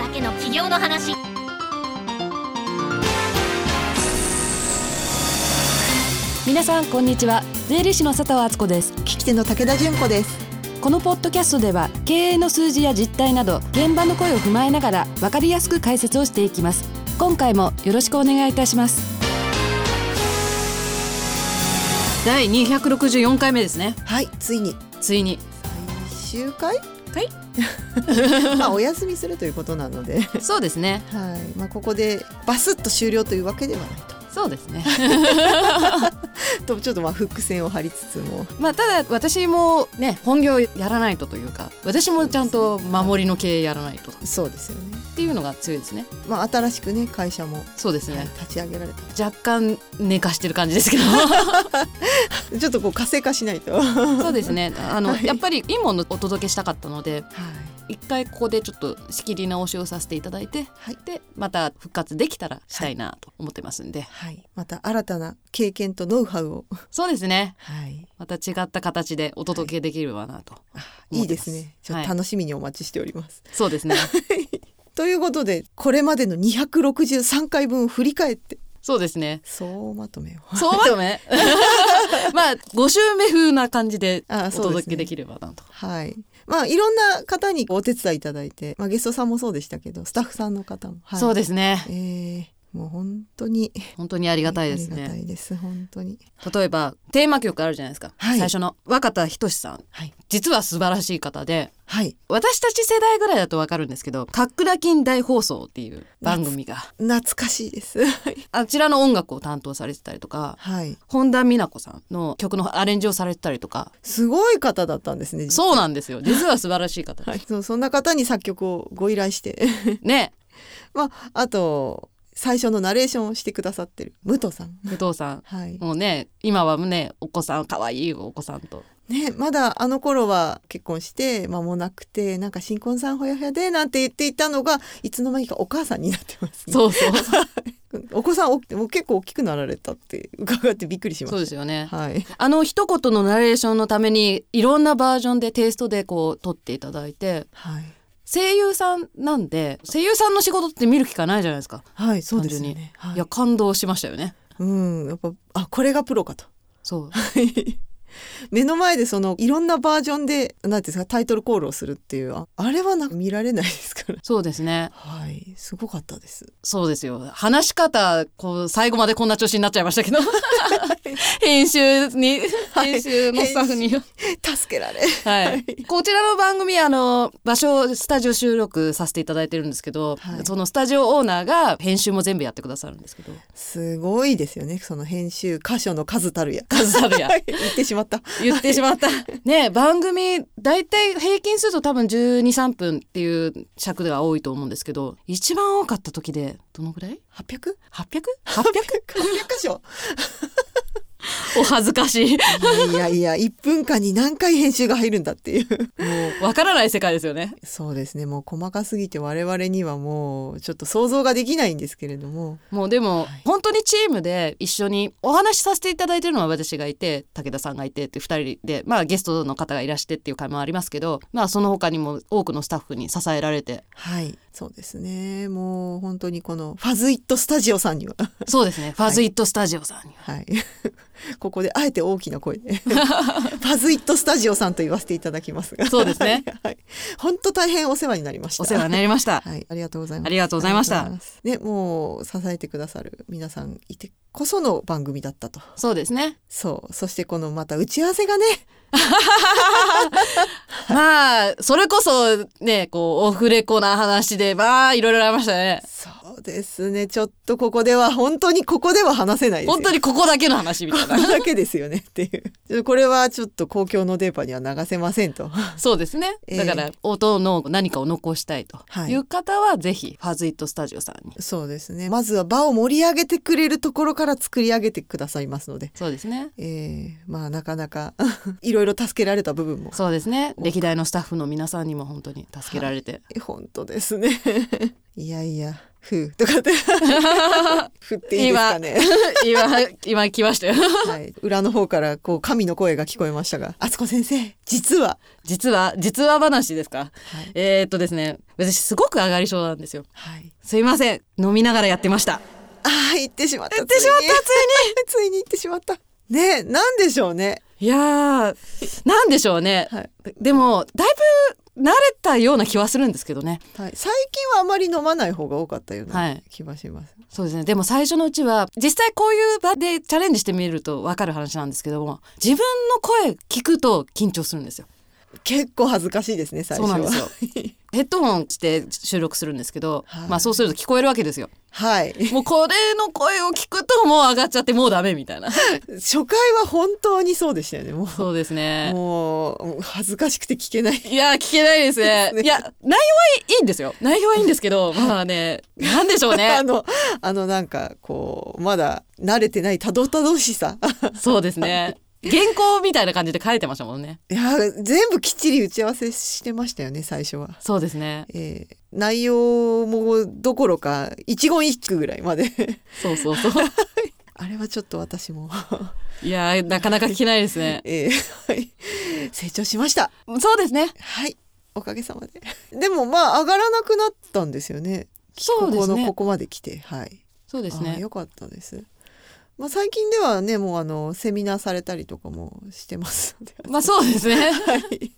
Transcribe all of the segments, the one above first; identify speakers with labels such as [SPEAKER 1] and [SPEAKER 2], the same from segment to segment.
[SPEAKER 1] 上の話
[SPEAKER 2] 皆さんこんにちは税理士の佐藤敦子です
[SPEAKER 3] 聞き手の武田純子です
[SPEAKER 2] このポッドキャストでは経営の数字や実態など現場の声を踏まえながら分かりやすく解説をしていきます今回もよろしくお願いいたします第264回目ですね
[SPEAKER 3] はいついに
[SPEAKER 2] つい に
[SPEAKER 3] 最終回
[SPEAKER 2] はい
[SPEAKER 3] まあお休みするということなので
[SPEAKER 2] そうですね
[SPEAKER 3] はい、まあ、ここでバスッと終了というわけではない
[SPEAKER 2] そうですね
[SPEAKER 3] ととちょっとまあフック線を張りつつも
[SPEAKER 2] まあただ私もね本業やらないとというか私もちゃんと守りの経営やらないとっ
[SPEAKER 3] そうですよね
[SPEAKER 2] ていうのが強いですね
[SPEAKER 3] まあ新しくね会社も、
[SPEAKER 2] そうですね、
[SPEAKER 3] はい立ち上げられた
[SPEAKER 2] 若干寝かしてる感じですけど
[SPEAKER 3] ちょっとこう活性化しない とはい
[SPEAKER 2] そうですねあの、
[SPEAKER 3] はい
[SPEAKER 2] やっぱりいいものをお届けしたかったので一回ここでちょっと仕切り直しをさせていただいて、
[SPEAKER 3] はい
[SPEAKER 2] でまた復活できたらしたいなと思ってますんで、
[SPEAKER 3] はいまた新たな経験とノウハウを
[SPEAKER 2] そうですね
[SPEAKER 3] はい
[SPEAKER 2] また違った形でお届けできればなと、
[SPEAKER 3] いいですねちょっと
[SPEAKER 2] はい
[SPEAKER 3] 楽しみにお待ちしております、
[SPEAKER 2] そうですね
[SPEAKER 3] ということでこれまでの263回分を振り返って
[SPEAKER 2] そうですね
[SPEAKER 3] 総まとめを
[SPEAKER 2] そうまとめ まあ5週目風な感じで
[SPEAKER 3] あ
[SPEAKER 2] お
[SPEAKER 3] そうですね
[SPEAKER 2] 届けできればなと、
[SPEAKER 3] はい。まあいろんな方にお手伝いいただいて、まあゲストさんもそうでしたけど、スタッフさんの方も。はい、
[SPEAKER 2] そう
[SPEAKER 3] で
[SPEAKER 2] ですね
[SPEAKER 3] ええもう本当に
[SPEAKER 2] 本当にあり
[SPEAKER 3] あ
[SPEAKER 2] がたいです
[SPEAKER 3] ありがた
[SPEAKER 2] ね
[SPEAKER 3] いです本当に。
[SPEAKER 2] 例えばテーマ曲あるじゃないですか、
[SPEAKER 3] はい
[SPEAKER 2] 最初の若田仁さん
[SPEAKER 3] はい
[SPEAKER 2] 実は素晴らしい方で
[SPEAKER 3] はい。
[SPEAKER 2] 私たち世代ぐらいだとわかるんですけど「カックラキン大放送」っていう番組が
[SPEAKER 3] 懐かしいです。 はい
[SPEAKER 2] あちらの音楽を担当されてたりとか
[SPEAKER 3] はい。
[SPEAKER 2] 本田美奈子さんの曲のアレンジをされてたりとか
[SPEAKER 3] すごい方だったんですね。
[SPEAKER 2] そうなんですよ実は素晴らしい 方、
[SPEAKER 3] はい。そうそんな方に作曲をご依頼して、
[SPEAKER 2] ね
[SPEAKER 3] まああと最初のナレーションをしてくださってる武藤さん。
[SPEAKER 2] 武藤さん
[SPEAKER 3] はい。
[SPEAKER 2] もうね今はねお子さん可愛いお子さんと
[SPEAKER 3] ね、まだあの頃は結婚して間もなくて、なんか新婚さんほやほやでなんて言っていたのが、いつの間にかお母さんになって ますね。
[SPEAKER 2] そうそう
[SPEAKER 3] お子さんおもう結構大きくなられたって伺ってびっくりしま
[SPEAKER 2] そう
[SPEAKER 3] し
[SPEAKER 2] ですよね
[SPEAKER 3] た。はい。
[SPEAKER 2] あの一言のナレーションのためにいろんなバージョンでテイストでこう撮っていただいて
[SPEAKER 3] はい。
[SPEAKER 2] 声優さんなんで声優さんの仕事って見る機会ないじゃないですか
[SPEAKER 3] はい、そう
[SPEAKER 2] 単
[SPEAKER 3] です
[SPEAKER 2] 純に
[SPEAKER 3] ね。はい
[SPEAKER 2] いや感動しましたよね。
[SPEAKER 3] うん、やっぱ、あ、これがプロかと。
[SPEAKER 2] そう
[SPEAKER 3] 目の前でそのいろんなバージョンで、なんていうんですか、タイトルコールをするっていう、ああれはなんか見られないですから。
[SPEAKER 2] そうですね
[SPEAKER 3] はい、すごかったです。
[SPEAKER 2] そうですよ話し方こう最後までこんな調子になっちゃいましたけど 編集に
[SPEAKER 3] はい
[SPEAKER 2] 編集のスタッフに、
[SPEAKER 3] 助けられ。
[SPEAKER 2] はい、こちらの番組あの場所スタジオ収録させていただいてるんですけど、
[SPEAKER 3] はい
[SPEAKER 2] そのスタジオオーナーが編集も全部やってくださるんですけど
[SPEAKER 3] すごいですよね。その編集箇所の数たるや。
[SPEAKER 2] 数た るや
[SPEAKER 3] はい言ってしまった。
[SPEAKER 2] 言ってしまった。ね番組大体平均すると多分1 2 3分っていう尺が多いと思うんですけど一番多かった時でどのぐらい
[SPEAKER 3] 八百。
[SPEAKER 2] 800?
[SPEAKER 3] 八百。800 箇所。
[SPEAKER 2] お恥ずかしい
[SPEAKER 3] いやいや、一分間に何回編集が入るんだっていう。
[SPEAKER 2] もうわからない世界ですよね
[SPEAKER 3] そうですねもう細かすぎて我々にはもうちょっと想像ができないんですけれども
[SPEAKER 2] もうでも、
[SPEAKER 3] はい
[SPEAKER 2] 本当にチームで一緒にお話しさせていただいてるのは私がいて武田さんがいてって2人で、まあ、ゲストの方がいらしてっていう回もありますけど、まあ、その他にも多くのスタッフに支えられて
[SPEAKER 3] はいそうですねもう本当にこのファズイットスタジオさんには
[SPEAKER 2] そうですね、ファズイットスタジオさんには
[SPEAKER 3] はいここであえて大きな声で ファズイットスタジオさんと言わせていただきますが
[SPEAKER 2] そうです ね
[SPEAKER 3] はい本当大変お世話になりました
[SPEAKER 2] お世話になりました。
[SPEAKER 3] はい、ありがとうございます。
[SPEAKER 2] ありがとうございました
[SPEAKER 3] ありがとうございますね、もう支えてくださる皆さんいてこその番組だったと。
[SPEAKER 2] そうですね
[SPEAKER 3] そう、そしてこのまた打ち合わせがね、
[SPEAKER 2] まあそれこそねこうオフレコな話でまあいろいろありましたね
[SPEAKER 3] そうですね。ちょっとここでは、本当にここでは話せないですよ。
[SPEAKER 2] 本当にここだけの話みたい
[SPEAKER 3] こ
[SPEAKER 2] な
[SPEAKER 3] れだけですよねっていうちょっと。これはちょっと公共の電波には流せませんと。
[SPEAKER 2] そうですね
[SPEAKER 3] ええ
[SPEAKER 2] だから音の何かを残したいと
[SPEAKER 3] はい
[SPEAKER 2] いう方はぜひファズイットスタジオさんに
[SPEAKER 3] そうですね。まずは場を盛り上げてくれるところから作り上げてくださいますので。
[SPEAKER 2] そうですね
[SPEAKER 3] えー、まあなかなか いろいろ助けられた部分も。
[SPEAKER 2] そうですね歴代のスタッフの皆さんにも本当に助けられて、
[SPEAKER 3] え本当ですね。いやいや、ふうとかって。 ふっていいですかね。
[SPEAKER 2] 今今来ましたよ
[SPEAKER 3] はい、裏の方からこう神の声が聞こえましたが、あつこ先生、実は。
[SPEAKER 2] 実は実話話ですか
[SPEAKER 3] はい。
[SPEAKER 2] えー、っとですね私すごく上がり症なんですよ
[SPEAKER 3] はい、
[SPEAKER 2] すいません飲みながらやってました
[SPEAKER 3] ああ、行ってしまった。
[SPEAKER 2] 行ってしまった
[SPEAKER 3] ついに。 ついに行ってしまった。ねえ、なんでしょうね。
[SPEAKER 2] いやーなんでしょうね
[SPEAKER 3] はい。
[SPEAKER 2] でもだいぶ慣れたような気はするんですけどね
[SPEAKER 3] はい、最近はあまり飲まない方が多かったよう
[SPEAKER 2] は
[SPEAKER 3] ない気はします。
[SPEAKER 2] そうですねでも最初のうちは実際こういう場でチャレンジしてみると分かる話なんですけども自分の声聞くと緊張するんですよ
[SPEAKER 3] 結構恥ずかしいですね、最
[SPEAKER 2] そうな
[SPEAKER 3] 初
[SPEAKER 2] ん
[SPEAKER 3] は。
[SPEAKER 2] ですよヘッドホンして収録するんですけど、
[SPEAKER 3] はい
[SPEAKER 2] まあそうすると聞こえるわけですよ
[SPEAKER 3] はい。
[SPEAKER 2] もうこれの声を聞くともう上がっちゃってもうダメみ たいな
[SPEAKER 3] 初回は本当にそうでしたよね。も
[SPEAKER 2] そうです
[SPEAKER 3] う、
[SPEAKER 2] ね
[SPEAKER 3] もうもう恥ずかしくて聞けない。
[SPEAKER 2] いや聞けないですね
[SPEAKER 3] ですね
[SPEAKER 2] いや内容はいいんですよ内容はいいんですけ どまあねなんでしょうね
[SPEAKER 3] あの、あのなんか、こう、まだ慣れてないたどたどしさ。
[SPEAKER 2] そうですね原稿みたいな感じで書いてましたもんね
[SPEAKER 3] いや、全部きっちり打ち合わせしてましたよね、最初は。
[SPEAKER 2] そうですね
[SPEAKER 3] えー内容もどころか、一言一句ぐらいまで。
[SPEAKER 2] そうそうそう
[SPEAKER 3] あれはちょっと私も、
[SPEAKER 2] いやーなかなか聞けないですね
[SPEAKER 3] えーはい成長しました。
[SPEAKER 2] そうですね
[SPEAKER 3] はい。おかげさまで。でもまあ上がらなくなったんですよね。
[SPEAKER 2] そうです
[SPEAKER 3] ここの
[SPEAKER 2] ね
[SPEAKER 3] ここまで来て、はい。
[SPEAKER 2] そうです
[SPEAKER 3] あー
[SPEAKER 2] ね
[SPEAKER 3] よかったです。まあ最近ではねもうあのセミナーされたりとかもしてます ので、
[SPEAKER 2] まあそうですね
[SPEAKER 3] はい。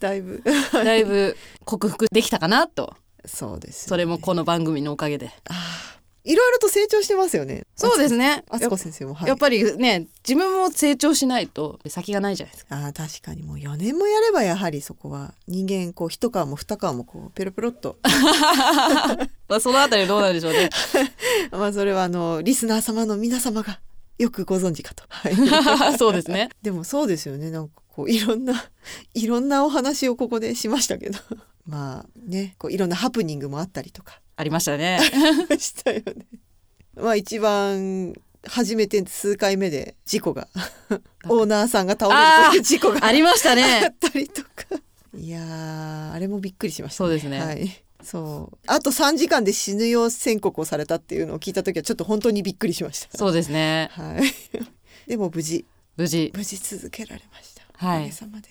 [SPEAKER 3] だいぶ
[SPEAKER 2] だいぶ克服できたかなと
[SPEAKER 3] そうです、
[SPEAKER 2] それもこの番組のおかげで
[SPEAKER 3] あーいろいろと成長してますよね。
[SPEAKER 2] そうです
[SPEAKER 3] ね。
[SPEAKER 2] ね
[SPEAKER 3] あつこ先生もはい。
[SPEAKER 2] やっぱりね自分も成長しないと先がないじゃないですか
[SPEAKER 3] あー確かにもう4年もやればやはりそこは人間こう一皮も二皮もこうペロペロっと
[SPEAKER 2] まあそのあたりどうなんでしょうね
[SPEAKER 3] まあそれはあのリスナー様の皆様がよくご存知かと。 はい。
[SPEAKER 2] そうですね
[SPEAKER 3] でもそうですよねなん かこういろんないろんなお話をここでしましたけど まあねこういろんなハプニングもあった りとか
[SPEAKER 2] ありましたね
[SPEAKER 3] したよね。まあ一番初めて数回目で事 故がオーナーさんが倒れるという事故が
[SPEAKER 2] ありました
[SPEAKER 3] あ
[SPEAKER 2] ね
[SPEAKER 3] ったりとかいやーあれもびっくりしました、
[SPEAKER 2] そうですね
[SPEAKER 3] はいそうあと3時間で死ぬよう宣告をされたっていうのを聞いた時はちょっと本当にびっくりしました
[SPEAKER 2] そうですね
[SPEAKER 3] はい、 でも無事
[SPEAKER 2] 無事
[SPEAKER 3] 無事続けられました、
[SPEAKER 2] はい
[SPEAKER 3] おかげさまで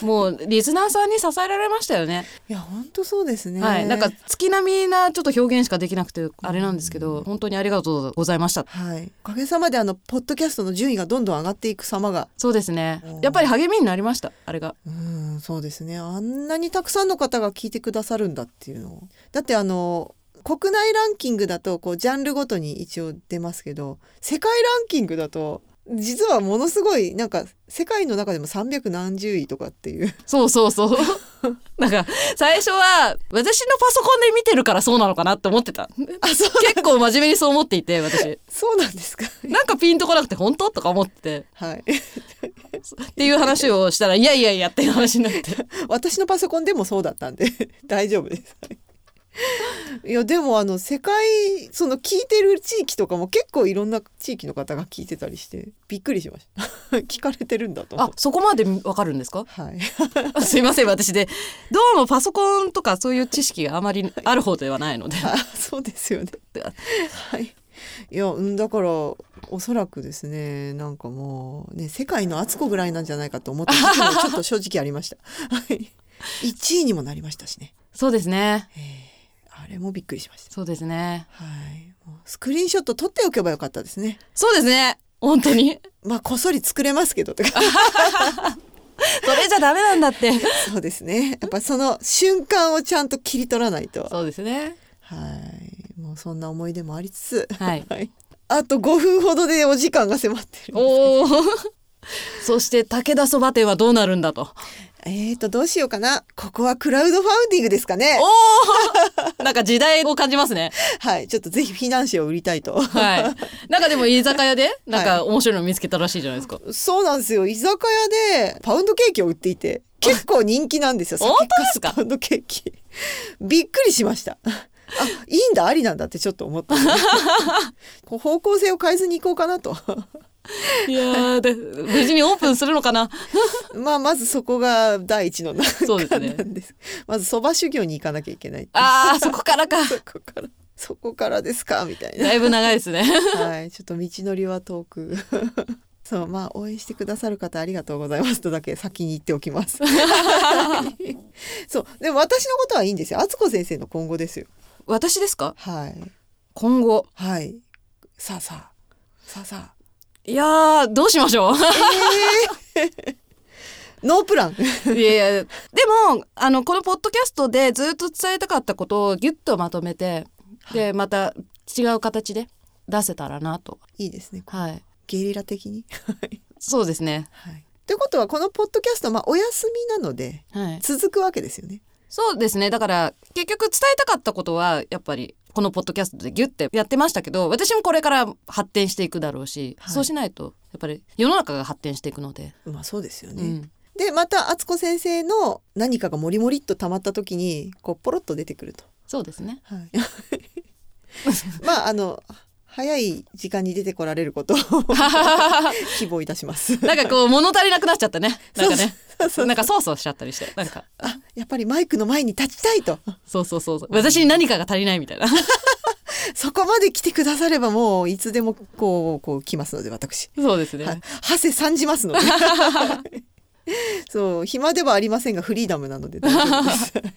[SPEAKER 2] もうリスナーさんに支えられましたよね
[SPEAKER 3] いや本当そうですね。
[SPEAKER 2] はいなんか月並みなちょっと表現しかできなくてあれなんですけど本当にありがとうございました
[SPEAKER 3] はいおかげさまであのポッドキャストの順位がどんどん上がっていく様が
[SPEAKER 2] そうですね
[SPEAKER 3] うん
[SPEAKER 2] やっぱり励みになりましたあれが
[SPEAKER 3] うんそうですねあんなにたくさんの方が聞いてくださるんだっていうのをだってあの国内ランキングだとこうジャンルごとに一応出ますけど世界ランキングだと実はものすごいなんか世界の中でも300何十位とかっ ていう
[SPEAKER 2] そうそうそうなんか最初は私のパソコンで見てるからそうなのかなって思ってた
[SPEAKER 3] あそう
[SPEAKER 2] 結構真面目にそう思っていて 私
[SPEAKER 3] そうなんですか
[SPEAKER 2] なんかピンとこなくて本当とか思って
[SPEAKER 3] はい
[SPEAKER 2] っていう話をしたらいやいやいやっていう話になって
[SPEAKER 3] 私のパソコンでもそうだったんで 大丈夫です。いやでもあの世界その聞いてる地域とかも結構いろんな地域の方が聞いてたりしてびっくりしました 聞かれてるんだと思 っ
[SPEAKER 2] あ
[SPEAKER 3] て
[SPEAKER 2] そこまでわかるんですか
[SPEAKER 3] はい
[SPEAKER 2] あ すいません私でどうもパソコンとかそういう知識があまりある方ではないので
[SPEAKER 3] あそうですよねはいいやうんだからおそらくですねなんかもうね世界の敦子ぐらいなんじゃないかと思った時期もちょっと正直ありましたはい1位にもなりましたしね、
[SPEAKER 2] そうですね
[SPEAKER 3] えーあれもびっくりしました
[SPEAKER 2] そうですね
[SPEAKER 3] はい、もうスクリーンショット撮っておけばよかったですね。
[SPEAKER 2] そうですね本当に
[SPEAKER 3] まあこっそり作れますけどとか
[SPEAKER 2] それじゃダメなんだって
[SPEAKER 3] そうですねやっぱその瞬間をちゃんと切り取らないと
[SPEAKER 2] そうですね
[SPEAKER 3] はいもうそんな思い出もありつつ、
[SPEAKER 2] はい
[SPEAKER 3] あと5分ほどでお時間が迫ってる
[SPEAKER 2] おおそして武田そば店はどうなるんだと
[SPEAKER 3] えーとどうしようかなここはクラウドファウンディングですかね
[SPEAKER 2] おお なんか時代を感じますね
[SPEAKER 3] はいちょっとぜひフィナンシェを売りたいと
[SPEAKER 2] はい。なんかでも居酒屋で、なん
[SPEAKER 3] はい
[SPEAKER 2] か面白いの見つけたらしいじゃないですか。
[SPEAKER 3] そうなんですよ居酒屋でパウンドケーキを売っていて結構人気なんですよ
[SPEAKER 2] 本当ですか
[SPEAKER 3] 酒粕パウンドケーキびっくりしましたあいいんだありなんだってちょっと思った こう方向性を変えずに行こうかなと
[SPEAKER 2] いやーで、無事にオープンするのかな。
[SPEAKER 3] まあまずそこが第一の難
[SPEAKER 2] そうですね
[SPEAKER 3] 関なんですまずそば修行に行かなきゃいけない
[SPEAKER 2] ああ、そこからか。
[SPEAKER 3] そこからそこからですかみたいな
[SPEAKER 2] だいぶ長いですね
[SPEAKER 3] はい、ちょっと道のりは遠く。 そう、まあ応援してくださる方ありがとうございますとだけ先に言っておきます。はいそう、でも私のことはいいんですよ。敦子先生の今後ですよ。
[SPEAKER 2] 私ですか
[SPEAKER 3] はい。
[SPEAKER 2] 今後
[SPEAKER 3] はい。さあさあ。さあさ
[SPEAKER 2] いやーどうしましょう
[SPEAKER 3] あ。えー、 ノープラン。
[SPEAKER 2] いやいやでもあのこのポッドキャストでずっと伝えたかったことをギュッとまとめてでまた違う形で出せたらなと
[SPEAKER 3] いいですね。
[SPEAKER 2] はい
[SPEAKER 3] ゲリラ的に。はい
[SPEAKER 2] そうですね
[SPEAKER 3] はい。ということはこのポッドキャストまあお休みなので
[SPEAKER 2] はい
[SPEAKER 3] 続くわけですよね。
[SPEAKER 2] そうですねだから結局伝えたかったことはやっぱりこのポッドキャストでギュッてやってましたけど私もこれから発展していくだろうし、
[SPEAKER 3] はい
[SPEAKER 2] そうしないとやっぱり世の中が発展していくので、
[SPEAKER 3] まあそうですよ
[SPEAKER 2] う
[SPEAKER 3] ね。
[SPEAKER 2] ん、
[SPEAKER 3] でまた敦子先生の何かがもりもりっと溜まった時にこうポロッと出てくると、
[SPEAKER 2] そうですね
[SPEAKER 3] はいまああの早い時間に出てこられ ることを希望いたします
[SPEAKER 2] なんかこう物足りなくなっちゃった ねなんかね
[SPEAKER 3] そうそう
[SPEAKER 2] なんかそうそうしちゃったりしてなんか
[SPEAKER 3] あやっぱりマイクの前に立ちたいと
[SPEAKER 2] そうそうそうそう私に何かが足りないみたいな
[SPEAKER 3] そこまで来てくださればもういつでもこうこう来ますので私
[SPEAKER 2] そうですね、
[SPEAKER 3] ははせ参じますので そう暇ではありませんがフリーダムなので大丈夫です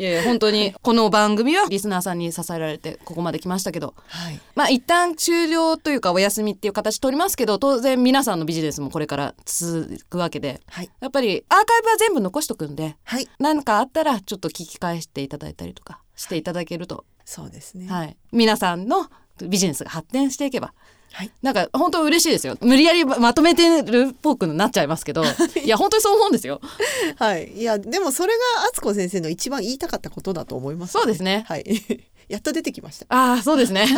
[SPEAKER 2] いやいや本当にこの番組はリスナーさんに支えられてここまで来ましたけど
[SPEAKER 3] はい
[SPEAKER 2] まあ一旦終了というかお休みっていう形取りますけど当然皆さんのビジネスもこれから続くわけで
[SPEAKER 3] はい
[SPEAKER 2] やっぱりアーカイブは全部残しとくんで
[SPEAKER 3] はい
[SPEAKER 2] 何かあったらちょっと聞き返していただいたりとかしていただけると、
[SPEAKER 3] そうですね
[SPEAKER 2] はい、皆さんのビジネスが発展していけば
[SPEAKER 3] はい
[SPEAKER 2] なんか本当嬉しいですよ無理やりまとめてるっぽくなっちゃいますけどいや本当にそう思うんですよ
[SPEAKER 3] はい、いやでもそれが敦子先生の一番言いたかったことだと思います、
[SPEAKER 2] そうですね
[SPEAKER 3] はい やっと出てきました
[SPEAKER 2] ああそうです ね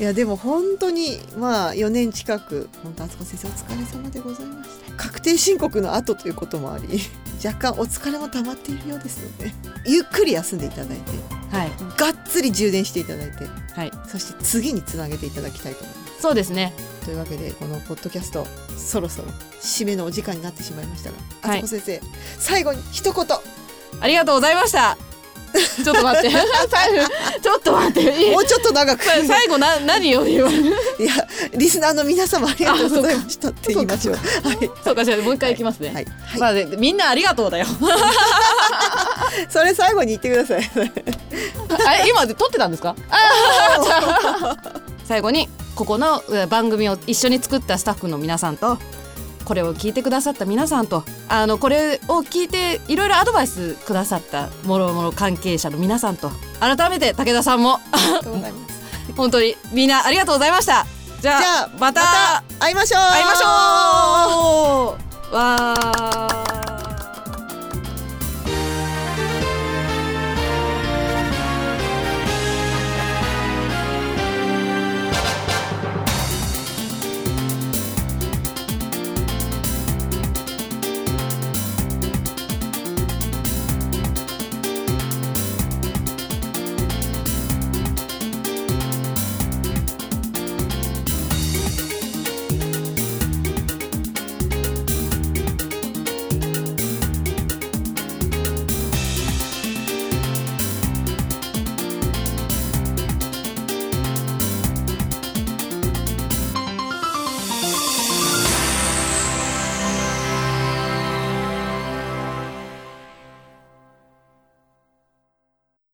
[SPEAKER 3] いやでも本当にまあ4年近く本当敦子先生お疲れ様でございました確定申告の後ということもあり若干お疲れも溜まっているようですのでゆっくり休んでいただいて
[SPEAKER 2] はい
[SPEAKER 3] がっつり充電していただいて
[SPEAKER 2] はい
[SPEAKER 3] そして次につなげていただきたいと思います
[SPEAKER 2] そうですね
[SPEAKER 3] というわけでこのポッドキャストそろそろ締めのお時間になってしまいましたが
[SPEAKER 2] はい
[SPEAKER 3] 敦子先生、最後に 一言
[SPEAKER 2] ありがとうございました。ちょっと 待って。 ちょっと待って。いい
[SPEAKER 3] もうちょっと長く。
[SPEAKER 2] さ 最後な何を言われる。
[SPEAKER 3] いや、リスナーの皆様ありがとうございましたって言いましょう。はい。
[SPEAKER 2] そうかじゃあもう一回いきますね。
[SPEAKER 3] はい。はい
[SPEAKER 2] まあでみんなありがとうだ よ。
[SPEAKER 3] それ最後に言ってください。
[SPEAKER 2] あれ今で撮ってたんですか。あー 最後にここのえー番組を一緒に作ったスタッフの皆さんと。これを聞いてくださった皆さんとあのこれを聞いていろいろアドバイスくださったもろもろ関係者の皆さんと改めて武田さんも
[SPEAKER 3] ありがとうございます。
[SPEAKER 2] 本当にみんなありがとうございましたじゃあ
[SPEAKER 3] じゃあ、
[SPEAKER 2] また
[SPEAKER 3] 会いましょう。
[SPEAKER 2] 会いましょうわー